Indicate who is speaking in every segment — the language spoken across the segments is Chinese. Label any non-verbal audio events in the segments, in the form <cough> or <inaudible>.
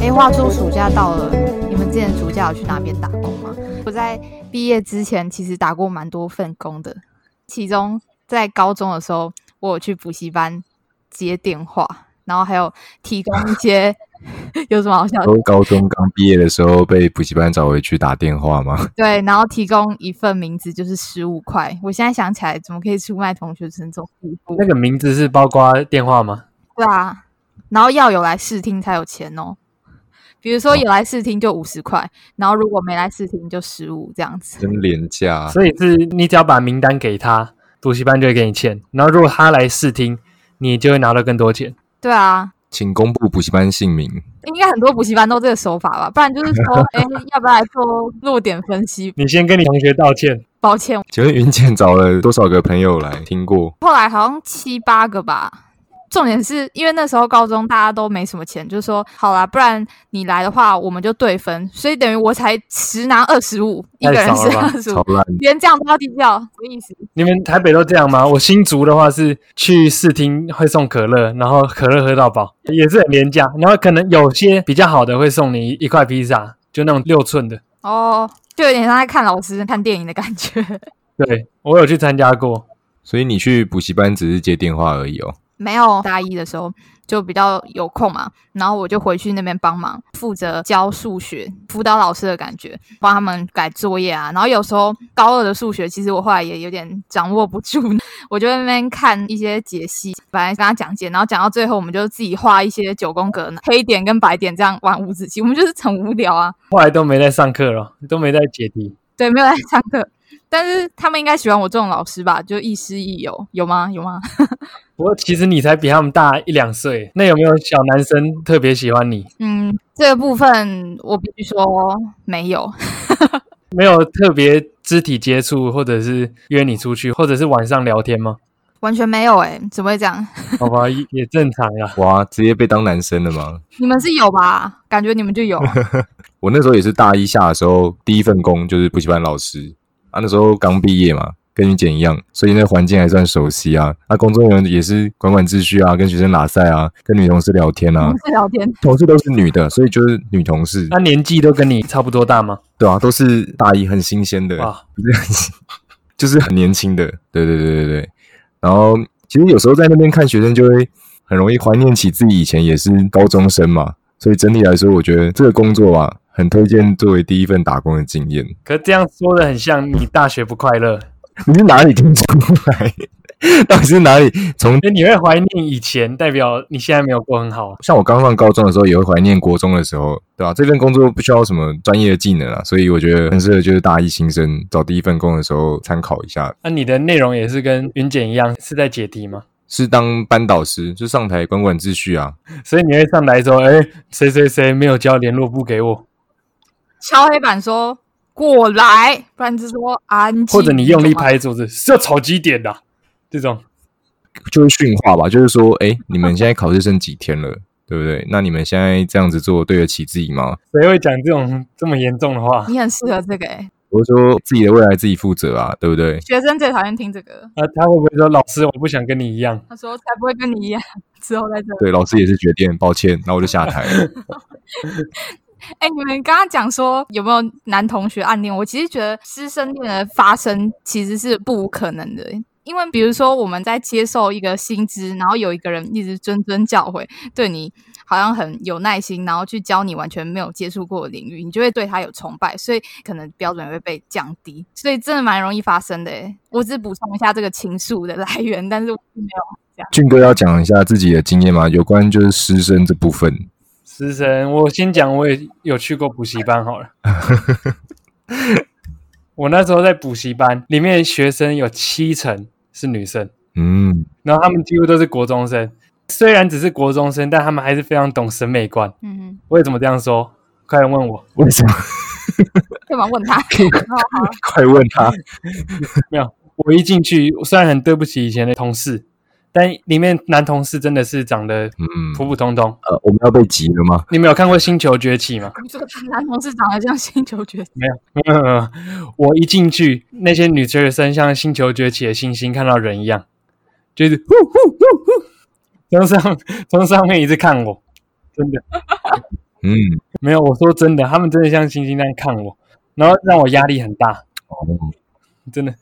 Speaker 1: 哎话说暑假到了，你们之前暑假有去哪边打工吗？我在毕业之前其实打过蛮多份工的，其中在高中的时候，我有去补习班接电话，然后还有提供一些 <laughs> 有什么好笑的？
Speaker 2: 哦
Speaker 3: 都高中刚毕业的时候被补习班找回去打电话吗？ <laughs>
Speaker 1: 对，然后提供一份名字就是十五块。我现在想起来，怎么可以出卖同学生这种服务？
Speaker 2: 那个名字是包括电话吗？
Speaker 1: 对啊，然后要有来试听才有钱哦。比如说
Speaker 2: 哦
Speaker 1: 有来试听就五十块，然后如果没来试听就十五这样子。
Speaker 3: 真廉价啊，
Speaker 2: 所以是你只要把名单给他，补习班就会给你钱。然后如果他来试听，你就会拿到更多钱。
Speaker 1: 对啊，
Speaker 3: 请公布补习班姓名。
Speaker 1: 应该很多补习班都这个手法吧，不然就是
Speaker 2: <laughs>
Speaker 1: 说，哎，要不要来做弱点分析？
Speaker 2: 你先跟你同学道歉，
Speaker 1: 抱歉，
Speaker 3: 请问云倩找了多少个朋友来听过？
Speaker 1: 后来好像七八个吧。重点是因为那时候高中大家都没什么钱，就说好啦，不然你来的话我们就对分，所以等于我才十拿二十五，一个人是
Speaker 2: 太少了吧
Speaker 1: 二十
Speaker 3: 超
Speaker 1: 五，
Speaker 3: 烂，
Speaker 1: 连这样都要计较，什么意思？
Speaker 2: 你们台北都这样吗？我新竹的话是去试听会送可乐，然后可乐喝到饱，也是很廉价。然后可能有些比较好的会送你一块披萨，就那种六寸的。
Speaker 1: 哦，就有点像在看老师看电影的感觉。
Speaker 2: 对我有去参加过，
Speaker 3: 所以你去补习班只是接电话而已哦。
Speaker 1: 没有大一的时候就比较有空嘛，然后我就回去那边帮忙，负责教数学辅导老师的感觉，帮他们改作业啊。然后有时候高二的数学，其实我后来也有点掌握不住， <laughs> 我就在那边看一些解析，本来跟他讲解，然后讲到最后，我们就自己画一些九宫格，黑点跟白点这样玩五子棋，我们就是很无聊啊。
Speaker 2: 后来都没在上课了，都没在解题。
Speaker 1: 对，没有在上课，但是他们应该喜欢我这种老师吧？就亦师亦友，有吗？有吗？
Speaker 2: 不过其实你才比他们大一两岁，那有没有小男生特别喜欢你？
Speaker 1: 嗯，这个部分我必须说没有。
Speaker 2: 没有特别肢体接触，或者是约你出去，或者是晚上聊天吗？
Speaker 1: 完全没有哎、怎么会这样？
Speaker 2: 好吧，也也正常啦。
Speaker 3: 哇，直接被当男生了吗？
Speaker 1: 你们是有吧？感觉你们就有啊
Speaker 2: <laughs>
Speaker 3: 我那时候也是大一下的时候，第一份工就是补习班老师啊，那时候刚毕业嘛，跟云姐一样，所以那环境还算熟悉啊。那、工作人员也是管管秩序啊，跟学生拉塞啊，跟女同事聊天啊
Speaker 1: 同，事聊天，
Speaker 3: 同事都是女的，所以就是女同事
Speaker 2: 他，年纪都跟你差不多大吗？
Speaker 3: 对啊，都是大一很新鲜的，
Speaker 2: 哇，
Speaker 3: 不是， <laughs> 就是很年轻的，对对对对对。然后其实有时候在那边看学生，就会很容易怀念起自己以前也是高中生嘛。所以整体来说，我觉得这个工作啊，很推荐作为第一份打工的经验。 <laughs>
Speaker 2: 可这样说的很像你大学不快乐，
Speaker 3: 你是哪里听出来？ <laughs> 到底是哪里？从
Speaker 2: 因为你会怀念以前，代表你现在没有过很好。
Speaker 3: 像我刚上高中的时候，也会怀念国中的时候，对吧、这份工作不需要什么专业的技能啊，所以我觉得很适合就是大一新生找第一份工的时候参考一下。
Speaker 2: 啊那、你的内容也是跟云姐一样是在解题吗？
Speaker 3: 是当班导师，就上台管管秩序啊，
Speaker 2: 所以你会上来说，哎、谁谁谁没有交联络簿给我，
Speaker 1: 敲黑板说过来，不然就说啊安静。
Speaker 2: 或者你用力
Speaker 1: 懂吗，
Speaker 2: 拍桌子，是要吵几点的啊、这种
Speaker 3: 就是训话吧，就是说，哎、你们现在考试剩几天了，对不对？那你们现在这样子做对得起自己吗？
Speaker 2: 谁会讲这种这么严重的话？
Speaker 1: 你很适合这个哎、
Speaker 3: 我就说自己的未来自己负责啊，对不对？
Speaker 1: 学生最讨厌听这个。
Speaker 2: 啊，他会不会说老师，我不想跟你一样？
Speaker 1: 他说才不会跟你一样，之后在这。
Speaker 3: 对，老师也是决定，抱歉，那我就下台 <laughs> 了。
Speaker 1: 哎、你们刚刚讲说有没有男同学暗恋？我其实觉得师生恋的发生其实是不无可能的、因为比如说我们在接受一个新知，然后有一个人一直谆谆教诲，对你好像很有耐心，然后去教你完全没有接触过的领域，你就会对他有崇拜，所以可能标准会被降低，所以真的蛮容易发生的、欸。我只补充一下这个情愫的来源，但是我没有。
Speaker 3: 俊哥要讲一下自己的经验吗？有关就是师生这部分，
Speaker 2: 师生，我先讲，我也有去过补习班好了。我那时候在补习班，里面学生有七成是女生，
Speaker 3: 嗯，
Speaker 2: 然后他们几乎都是国中生。虽然只是国中生，但他们还是非常懂审美观。
Speaker 1: 嗯哼，
Speaker 2: 为什么这样说？快来问我，
Speaker 3: 为什么？
Speaker 1: 干嘛问他？ <laughs> 然后好，
Speaker 3: 快问他，
Speaker 2: 我一进去，虽然很对不起以前的同事，但里面男同事真的是长得
Speaker 3: 嗯，
Speaker 2: 普普通通。
Speaker 3: 呃，我们要被急了吗？
Speaker 2: 你们有看过《星球崛起》吗？
Speaker 1: 你说他男同事长得像星球角色。
Speaker 2: 没有没有， <laughs> 我一进去，那些女学生像星球崛起的星星看到人一样，就是呼呼呼呼，从上从上面一直看我，真的。
Speaker 3: 嗯，
Speaker 2: 没有，我说真的，他们真的像猩猩那样看我，然后让我压力很大，
Speaker 3: 哦，
Speaker 2: 真的。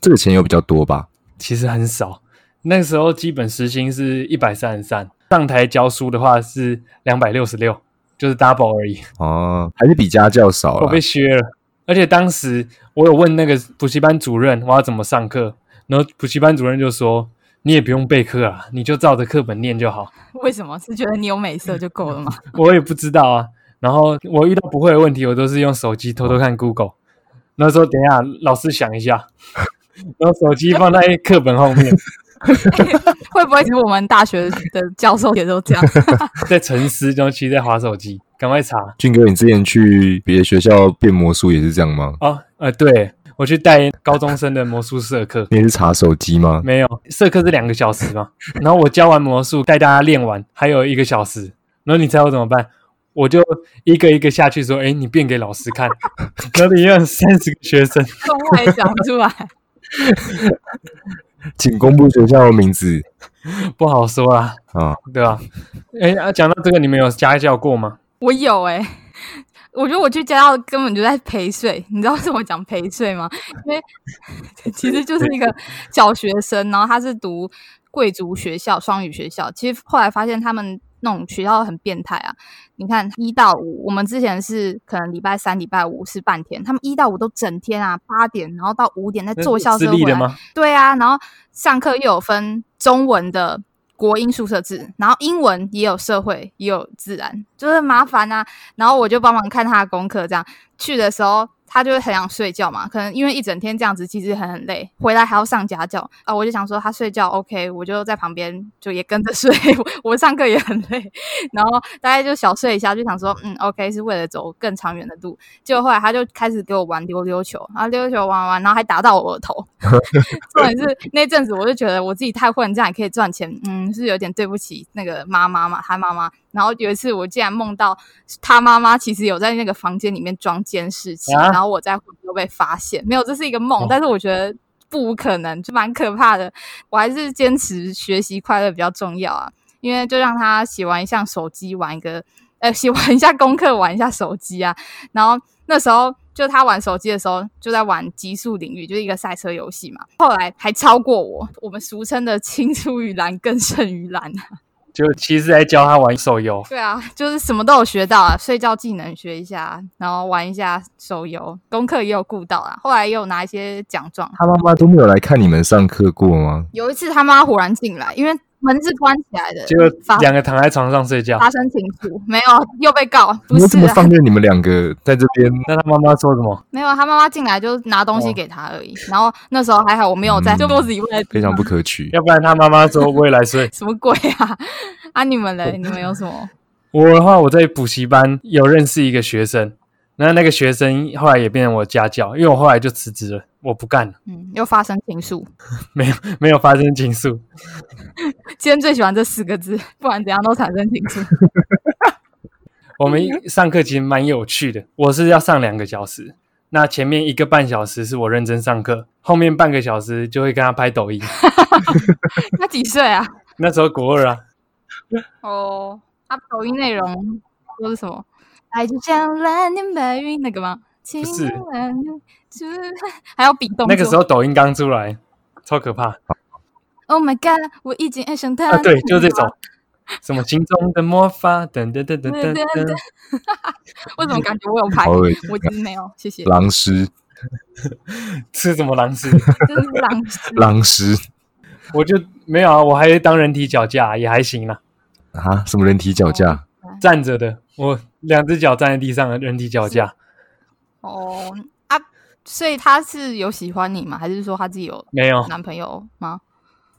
Speaker 3: 这个钱有比较多吧？
Speaker 2: 其实很少。那时候基本时薪是一百三十三，上台教书的话是两百六十六，就是 double 而已，
Speaker 3: 哦，还是比家教少
Speaker 2: 我
Speaker 3: 了
Speaker 2: 被。削了。而且当时我有问那个补习班主任我要怎么上课，然后补习班主任就说你也不用备课啊，你就照着课本念就好。 <laughs>
Speaker 1: <laughs> 为什么？是觉得你有美色就够了吗？ <laughs>
Speaker 2: 我也不知道啊。然后我遇到不会的问题，我都是用手机偷偷看 Google。那时候等一下老师想一下， <laughs> 然后手机放在课本后面，
Speaker 1: 会不会其实我们大学的教授也都这
Speaker 2: <laughs>
Speaker 1: 样？
Speaker 2: 在沉思，然后其实在划手机，赶快查。
Speaker 3: 俊哥，你之前去别的学校变魔术也是这样吗？
Speaker 2: 哦，呃，对我去带高中生的魔术社课，
Speaker 3: 你也是查手机吗？
Speaker 2: 没有社课是两个小时嘛， <laughs> 然后我教完魔术，带大家练完，还有一个小时，然后你猜我怎么办？我就一个一个下去说，哎，你变给老师看， <laughs> 然后里面有三十个学生， <laughs>
Speaker 1: 从外讲出来，
Speaker 3: 请公布学校的名字
Speaker 2: 不好说啦，
Speaker 3: 啊！
Speaker 2: 对吧、哎，啊，讲到这个，你们有家教过吗？
Speaker 1: 我有哎、我觉得我去家教根本就在陪睡，你知道为什么讲陪睡吗？因
Speaker 2: <laughs>
Speaker 1: 为其实就是一个小学生，然后他是读贵族学校、双语学校。其实后来发现他们那种学校很变态啊！你看一到五，我们之前是可能礼拜三、礼拜五是半天，他们一到五都整天啊，八点然后到五点再坐校
Speaker 2: 自
Speaker 1: 车回
Speaker 2: 立的
Speaker 1: 来，
Speaker 2: 吗？
Speaker 1: 对啊，然后上课又有分中文的国英宿舍制，然后英文也有社会也有自然，就是麻烦啊。然后我就帮忙看他的功课，这样去的时候。他就会很想睡觉嘛，可能因为一整天这样子，其实很很累，回来还要上家教啊、我就想说他睡觉 OK，我就在旁边就也跟着睡， <laughs> 我我上课也很累，然后大概就小睡一下，就想说嗯 OK 是为了走更长远的路。结果后来他就开始给我玩溜溜球，然后溜溜球玩玩，然后还打到我额头， <laughs> 重点是那阵子我就觉得我自己太混，这样也可以赚钱，嗯，是有点对不起那个妈妈嘛，他妈妈。然后有一次我竟然梦到他妈妈其实有在那个房间里面装监视器，
Speaker 2: 啊
Speaker 1: 然后我在回头被发现，没有，这是一个梦
Speaker 2: 哦，
Speaker 1: 但是我觉得。不无可能，就蛮可怕的。我还是坚持学习快乐比较重要啊，因为就让他写完一项手机，玩一个，呃，写完一下功课，玩一下手机啊，然后那时候就他玩手机的时候，就在玩极速领域，就是一个赛车游戏嘛。后来还超过我，我们俗称的青出于蓝更胜于蓝。啊
Speaker 2: 就其实在教他玩手游，
Speaker 1: 对啊，就是什么都有学到啊，睡觉技能学一下，然后玩一下手游，功课也有顾到啊。后来也有拿一些奖状。啊
Speaker 3: 他妈妈都没有来看你们上课过吗？
Speaker 1: 有一次他妈忽然进来，因为门是关起来的，
Speaker 2: 结
Speaker 1: 发
Speaker 2: 果两个躺在床上睡觉。
Speaker 1: 发生情愫，没有又被告，不
Speaker 3: 你怎
Speaker 1: 是
Speaker 3: 么
Speaker 1: 啊、
Speaker 3: 放任你们两个在这边？
Speaker 2: 那他妈妈说什么？
Speaker 1: 没有啊他妈妈进来就拿东
Speaker 2: 哦
Speaker 1: 西给他而已。然后那时候还好 <laughs> 我没有在
Speaker 3: 嗯
Speaker 1: 桌子以外的地
Speaker 3: 非常
Speaker 1: 方
Speaker 3: 不可取。
Speaker 2: <laughs> 要不然他妈妈说我也来睡。
Speaker 1: 什么鬼啊？ <laughs> 啊，你们
Speaker 2: 哦
Speaker 1: 嘞？你们有什么？
Speaker 2: 我的话，我在补习班有认识一个学生，那那个学生后来也变成我家教，因为我后来就辞职了，我不干了， <laughs>
Speaker 1: 嗯，又发生情愫。
Speaker 2: 没有发生情愫。
Speaker 1: 今天最喜欢这四个字，不然怎样都产生情愫。 <laughs>
Speaker 2: 我们上课其实蛮有趣的，我是要上两个小时，那前面一个半小时是我认真上课，后面半个小时就会跟他拍抖
Speaker 1: <laughs>
Speaker 2: 音。
Speaker 1: 他几岁啊？
Speaker 2: 那时候国二啊，
Speaker 1: 哦，他抖音内容都是什么？爱就像蓝天白云那个吗？不
Speaker 2: 是
Speaker 1: <laughs> 还要比动作。
Speaker 2: 那个时候抖音刚出来，超可怕
Speaker 1: ，Oh my God，我已经爱上他。
Speaker 2: 啊！对，就是这种。什么心中的魔法，等等等等
Speaker 1: 对
Speaker 2: 等等，
Speaker 1: 为什么感觉我有拍
Speaker 3: 好？
Speaker 2: 哦
Speaker 3: 恶心
Speaker 1: 我其实没有，谢谢。
Speaker 3: 狼师，
Speaker 2: 吃什么狼食？
Speaker 1: 真的是狼师。
Speaker 2: <laughs>
Speaker 3: 狼师
Speaker 2: 我就没有啊，我还当人体脚架也还行啦，
Speaker 3: 啊！什么人体脚架？
Speaker 2: 站着的，我两只脚站在地上的人体脚架，
Speaker 1: 哦啊，所以他是有喜欢你吗？还是说他自己有
Speaker 2: 没有，
Speaker 1: 男朋友吗？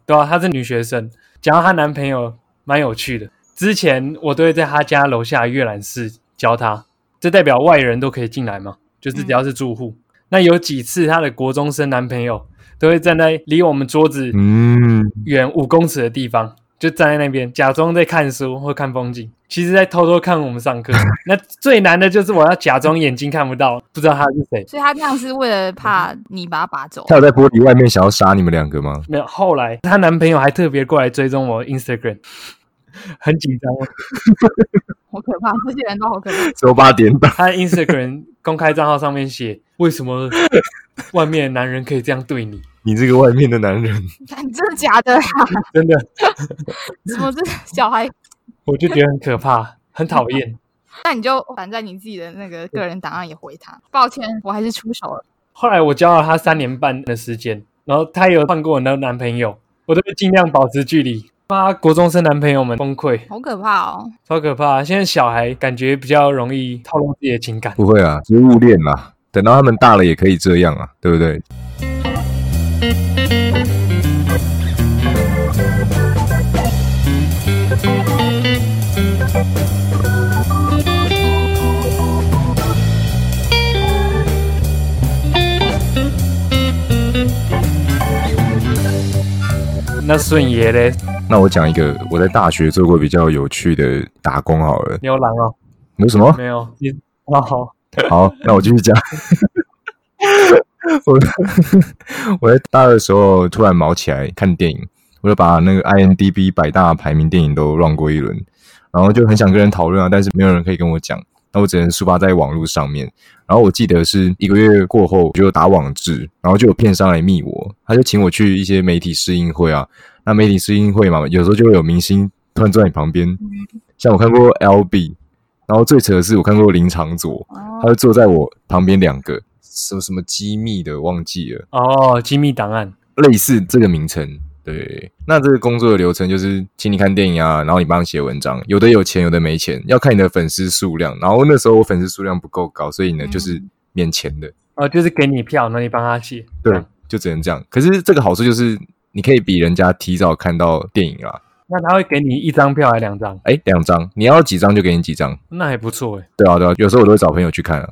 Speaker 2: 对啊，她是女学生。讲到她男朋友，蛮有趣的。之前我都会在她家楼下阅览室教她，这代表外人都可以进来嘛，就是只要是住户。那有几次她的国中生男朋友都会站在离我们桌子
Speaker 3: 嗯，
Speaker 2: 远五公尺的地方，就站在那边假装在看书或看风景，其实在偷偷看我们上课。那最难的就是我要假装眼睛看不到，不知道他是谁。
Speaker 1: 所以他这样是为了怕你把他拔走
Speaker 3: 他。有在玻璃外面想要杀你们两个吗？
Speaker 2: 没有，后来她男 <laughs> 哦朋友还特别过来追踪我 Instagram，很紧张。
Speaker 1: 好可可怕，这些人都好可怕。 <laughs>
Speaker 3: 手把点档，
Speaker 2: 他的 <laughs> Instagram 公开账号上面写，为什么外面的男人可以这样对你？
Speaker 3: 你这个外面的男人，
Speaker 1: 看真的假的啊？
Speaker 2: 真的，
Speaker 1: 怎么这小孩？
Speaker 2: 我就觉得很可怕，很讨厌。
Speaker 1: 那你就反在你自己的那个个人档案也回他。抱歉，我还是出手了。
Speaker 2: 后来我交了她三年半的时间，然后她也有换过我的男朋友，我都会尽量保持距离。妈，国中生男朋友们崩溃，
Speaker 1: 好可怕哦！
Speaker 2: 超可怕！现在小孩感觉比较容易套露自己的情感。
Speaker 3: 不会啊，植物恋啦，等到他们大了也可以这样啊，对不对？
Speaker 2: 那顺爷嘞，
Speaker 3: 那我讲一个我在大学做过比较有趣的打工好了，
Speaker 2: 牛郎哦，
Speaker 3: 没什么？
Speaker 2: 没有你哦，好，
Speaker 3: <laughs> 好，那我继续讲。我我在大二的时候突然毛起来看电影，我就把那个 IMDB 百大排名电影都乱过一轮，然后就很想跟人讨论啊，但是没有人可以跟我讲，那我只能抒发在网络上面。然后我记得是一个月过后，我就打网志，然后就有片商来密我，他就请我去一些媒体试映会啊。那媒体试映会嘛，有时候就会有明星突然坐在你旁边，像我看过 LB，然后最扯的是我看过林长佐，他
Speaker 1: 哦
Speaker 3: 就坐在我旁边两个，什么什么机密的忘记了，
Speaker 2: 哦，机密档案，
Speaker 3: 类似这个名称。对，那这个工作的流程就是请你看电影啊，然后你帮你写文章，有的有钱，有的没钱，要看你的粉丝数量。然后那时候我粉丝数量不够高，所以呢
Speaker 1: 嗯
Speaker 3: 就是免钱的，
Speaker 2: 哦，就是给你票，那你帮他写。
Speaker 3: 对，就只能这样。可是这个好处就是你可以比人家提早看到电影啦，
Speaker 2: 那他会给你一张票还两张，
Speaker 3: 哎，两张，你要几张就给你几张。
Speaker 2: 那还不错哎。
Speaker 3: 对啊，对啊，有时候我都会找朋友去看啊。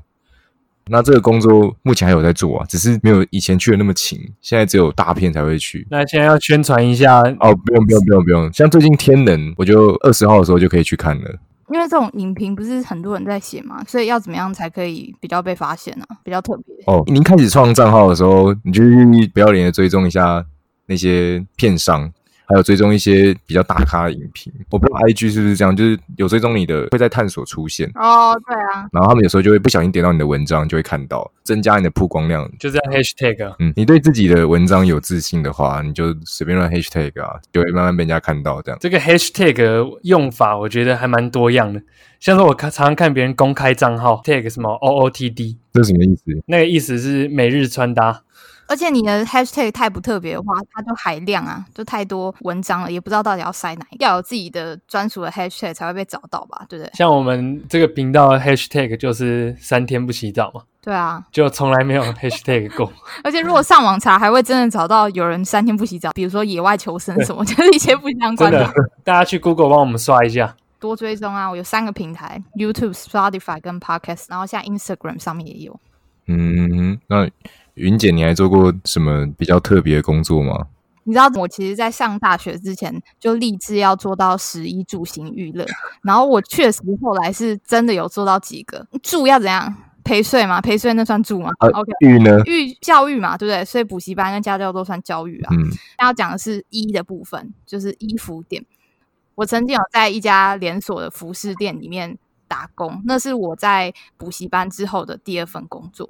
Speaker 3: 那这个工作目前还有在做啊，只是没有以前去的那么勤，现在只有大片才会去。
Speaker 2: 那现在要宣传一下
Speaker 3: 哦，不用不用不用不用，像最近天能，我就二十号的时候就可以去看了。
Speaker 1: 因为这种影评不是很多人在写嘛，所以要怎么样才可以比较被发现呢、啊？比较特别。
Speaker 3: 哦，您开始创账号的时候，你就不要脸的追踪一下那些片商，还有追踪一些比较大咖的影评。我不知道 IG 是不是这样，就是有追踪你的会在探索出现，
Speaker 1: 哦，对啊，
Speaker 3: 然后他们有时候就会不小心点到你的文章，就会看到，增加你的曝光量。
Speaker 2: 就是要 hashtag，啊
Speaker 3: 嗯，你对自己的文章有自信的话，你就随便乱 hashtag 啊，就会慢慢被人家看到这样。
Speaker 2: 这个 hashtag 用法我觉得还蛮多样的。像是我看常常看别人公开账号 tag 什么 OOTD，
Speaker 3: 这是什么意思？
Speaker 2: 那个意思是每日穿搭。
Speaker 1: 而且你的 hashtag 太不特别的话，它就海量啊，就太多文章了，也不知道到底要塞哪一个，要有自己的专属的 hashtag 才会被找到吧，对不对？
Speaker 2: 像我们这个频道的 hashtag 就是三天不洗澡嘛，
Speaker 1: 对啊，
Speaker 2: 就从来没有 hashtag <laughs> 过。
Speaker 1: 而且如果上网查，还会真的找到有人三天不洗澡，比如说野外求生什么， <laughs> 就是一些不相
Speaker 2: 真
Speaker 1: 关
Speaker 2: 的
Speaker 1: 的。，
Speaker 2: 大家去 Google 帮我们刷一下。
Speaker 1: 多追踪啊，我有三个平台：YouTube、Spotify 跟 Podcast，然后现在 Instagram 上面也有。
Speaker 3: 嗯，那云姐，你还做过什么比较特别的工作吗？
Speaker 1: 你知道，我其实，在上大学之前就立志要做到食衣住行娱乐，然后我确实后来是真的有做到几个。住要怎样？陪睡嘛？陪睡那算住吗、
Speaker 3: 呃
Speaker 1: o k
Speaker 3: 育呢？
Speaker 1: 育教育嘛，对不对？所以补习班跟家教都算教育啊。
Speaker 3: 嗯，
Speaker 1: 要讲的是衣的部分，就是衣服店。我曾经有在一家连锁的服饰店里面打工，那是我在补习班之后的第二份工作。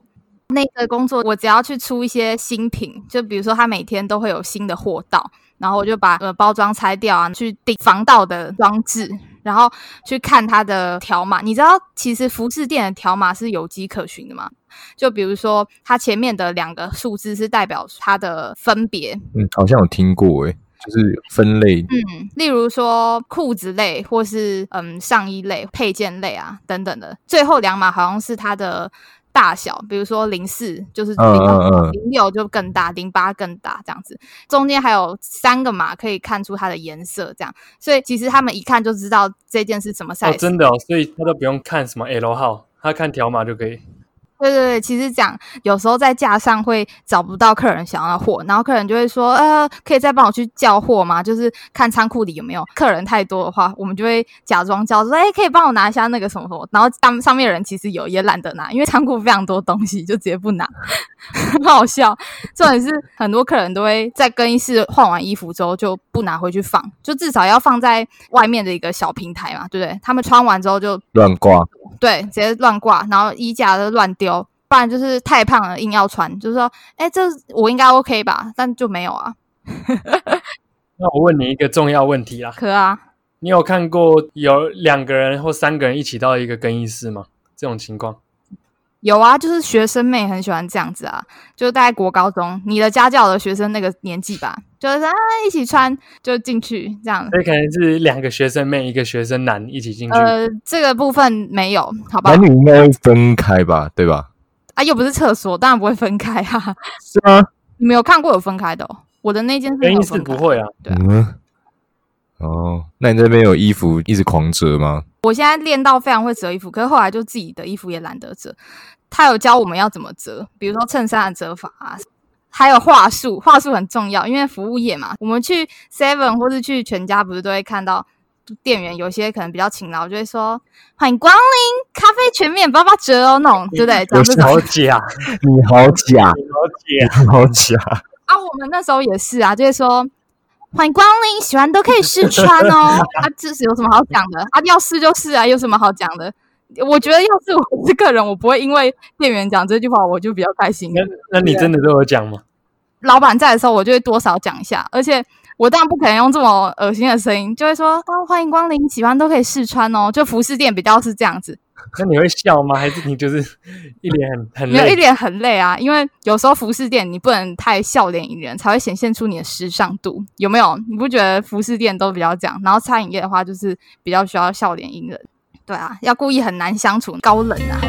Speaker 1: 那个工作我只要去出一些新品，就比如说它每天都会有新的货到，然后我就把呃包装拆掉啊，去订防盗的装置，然后去看它的条码。你知道，其实服饰店的条码是有迹可循的嘛？就比如说它前面的两个数字是代表它的分别，
Speaker 3: 嗯，好像有听过诶、就是分类。
Speaker 1: 嗯，例如说裤子类或是嗯上衣类、配件类啊等等的，最后两码好像是它的大小，比如说零四就是
Speaker 3: 嗯
Speaker 1: 零
Speaker 3: 嗯嗯
Speaker 1: 零六就更大，零八更大这样子，中间还有三个码可以看出它的颜色这样，所以其实他们一看就知道这件是什么
Speaker 2: 哦，
Speaker 1: size，、
Speaker 2: 真的哦，所以他都不用看什么 L 号，他看条码就可以。
Speaker 1: 对对对，其实讲有时候在架上会找不到客人想要的货，然后客人就会说，呃，可以再帮我去叫货吗？就是看仓库里有没有客人太多的话，我们就会假装叫说，哎、可以帮我拿一下那个什么什么。然后上上面的人其实有也懒得拿，因为仓库非常多东西，就直接不拿， <laughs> 很好笑。重点是很多客人都会在更衣室换完衣服之后就不拿回去放，就至少要放在外面的一个小平台嘛，对不对？他们穿完之后就
Speaker 3: 乱挂，
Speaker 1: 对，直接乱挂，然后衣架都乱丢，不然就是太胖了硬要穿，就是说，哎，这我应该 OK 吧？但就没有啊，
Speaker 2: 那我问你一个重要问题啦，
Speaker 1: 可啊，
Speaker 2: 你有看过有两个人或三个人一起到一个更衣室吗？这种情况，
Speaker 1: 有啊，就是学生妹很喜欢这样子啊，就是大概国高中你的家教的学生那个年纪吧，就是啊一起穿就进去这样。
Speaker 2: 所以可能是两个学生妹，一个学生男一起进去。
Speaker 1: 呃，这个部分没有，好吧
Speaker 3: 男？女应该会分开吧，对吧？
Speaker 1: 啊，又不是厕所，当然不会分开啊。
Speaker 3: 是吗？
Speaker 1: 你没有看过有分开的、哦？我的那间是没
Speaker 2: 更
Speaker 1: 有
Speaker 2: 衣室
Speaker 1: 分开
Speaker 2: 不会啊，
Speaker 1: 对啊
Speaker 3: 嗯，哦，那你这边有衣服一直狂折吗？
Speaker 1: 我现在练到非常会折衣服，可是后来就自己的衣服也懒得折。他有教我们要怎么折，比如说衬衫的折法啊，还有话术，话术很重要，因为服务业嘛，我们去 Seven 或是去全家，不是都会看到店员有些可能比较勤劳，就会说欢迎光临，咖啡全面包包折哦，那种对不对？讲这种
Speaker 2: 好假，
Speaker 3: <laughs> 你好假，
Speaker 2: 好假，
Speaker 3: 你好假，
Speaker 1: 啊，我们那时候也是啊，就会说欢迎光临，喜欢都可以试穿哦。啊，这是有什么好讲的？啊，要试就试啊，有什么好讲的？我觉得要是我是个人，我不会因为店员讲这句话我就比较开心。
Speaker 2: 那那
Speaker 1: 啊
Speaker 2: 你真的都有讲吗？
Speaker 1: 老板在的时候，我就会多少讲一下，而且。我当然不可能用这么恶心的声音，就会说哦，欢迎光临，喜欢都可以试穿哦。就服饰店比较是这样子，
Speaker 2: 那你会笑吗？还是你就是一脸很很
Speaker 1: 没有一
Speaker 2: 累？
Speaker 1: 脸很累啊，因为有时候服饰店你不能太笑脸迎人，才会显现出你的时尚度，有没有？你不觉得服饰店都比较这样？然后餐饮业的话，就是比较需要笑脸迎人。对啊，要故意很难相处，高冷啊。